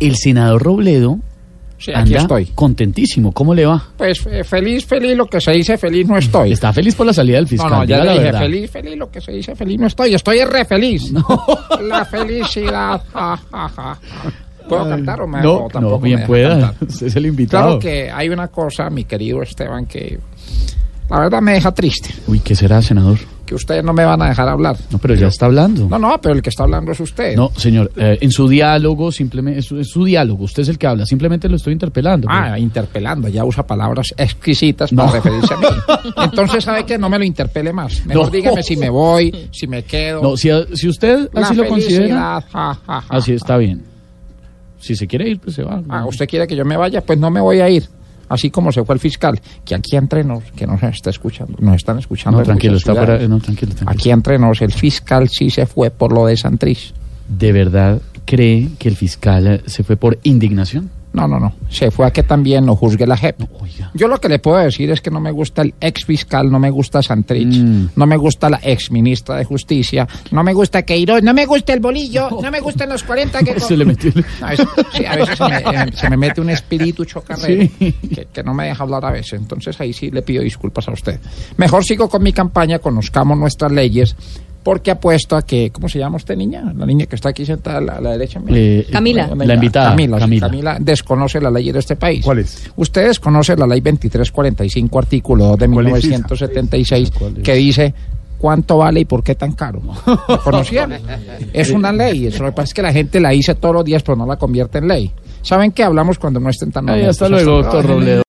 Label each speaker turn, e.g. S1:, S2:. S1: el senador Robledo
S2: Sí, aquí
S1: anda
S2: estoy.
S1: contentísimo. ¿Cómo le va?
S2: Pues eh, feliz, feliz, lo que se dice feliz no estoy.
S1: Está feliz por la salida del
S2: no,
S1: fiscal.
S2: no, ya
S1: diga
S2: le
S1: la
S2: dije
S1: verdad.
S2: feliz, feliz, lo que se dice feliz no estoy. Estoy re feliz. La felicidad. ja, ja, ja. ¿Puedo cantar o me o
S1: No, no,
S2: tampoco me
S1: bien
S2: dejan
S1: pueda.
S2: cantar?
S1: Usted es el
S2: Claro
S1: invitado.
S2: que hay una cosa, mi querido Esteban, que la verdad me deja triste.
S1: Uy, ¿qué será, senador?
S2: Que ustedes no me van a dejar hablar.
S1: No, pero ya está hablando.
S2: No, no, pero el que está hablando es usted.
S1: No, señor, eh, en su diálogo, simplemente, es su, es su diálogo, usted es el que habla, simplemente lo estoy interpelando.
S2: Ah, interpelando, ya usa palabras exquisitas para
S1: No.
S2: referirse a mí. Entonces, ¿sabe que No me lo interpele más. Mejor
S1: No.
S2: dígame si me voy, si me quedo.
S1: no, si, si usted
S2: Pues La
S1: así lo considera,
S2: felicidad, ja, ja, ja.
S1: así está bien. Si se quiere ir, pues se va.
S2: Ah, ¿Usted quiere que yo me vaya? Pues no me voy a ir. Así como se fue el fiscal, que aquí entre nos, que nos está escuchando, nos están escuchando.
S1: no,
S2: en
S1: tranquilo,
S2: muchas
S1: está fuera,
S2: ciudades.
S1: no, tranquilo, tranquilo.
S2: pues, Aquí entre nos, el fiscal sí se fue por lo de Santriz.
S1: ¿De verdad cree que el fiscal eh, se fue por indignación?
S2: No, no, no. Se fue a que también lo juzgue la JEP.
S1: Oiga.
S2: Yo lo que le puedo decir es que no me gusta el ex fiscal, no me gusta Santrich,
S1: Mm.
S2: no me gusta la ex ministra de Justicia, no me gusta Queiroz, no me gusta el bolillo, no, me gustan los 40 que...
S1: Se le metió el-
S2: A veces, sí, a veces se, me, eh, se me mete un espíritu chocarrero
S1: Sí.
S2: que, que no me deja hablar a veces. Entonces ahí sí le pido disculpas a usted. Mejor sigo con mi campaña, conozcamos nuestras leyes, porque apuesto a que... ¿Cómo se llama usted, niña? La niña que está aquí sentada a la, a la derecha. mía.
S1: Eh,
S3: Camila.
S1: La invitada.
S2: Camila, sí,
S1: Camila.
S2: Camila desconoce la ley de este país.
S4: ¿Cuál es?
S2: Ustedes conocen la ley 2345, artículo 2 de
S4: ¿Cuál es
S2: 1976, que dice cuánto vale y por qué tan caro. ¿La conocían? es una ley. Eso lo que pasa es que la gente la dice todos los días, pero no la convierte en ley. ¿Saben qué hablamos cuando no estén tan
S1: Ay,
S2: honestos?
S1: hasta luego,
S2: luego.
S1: doctor Robledo.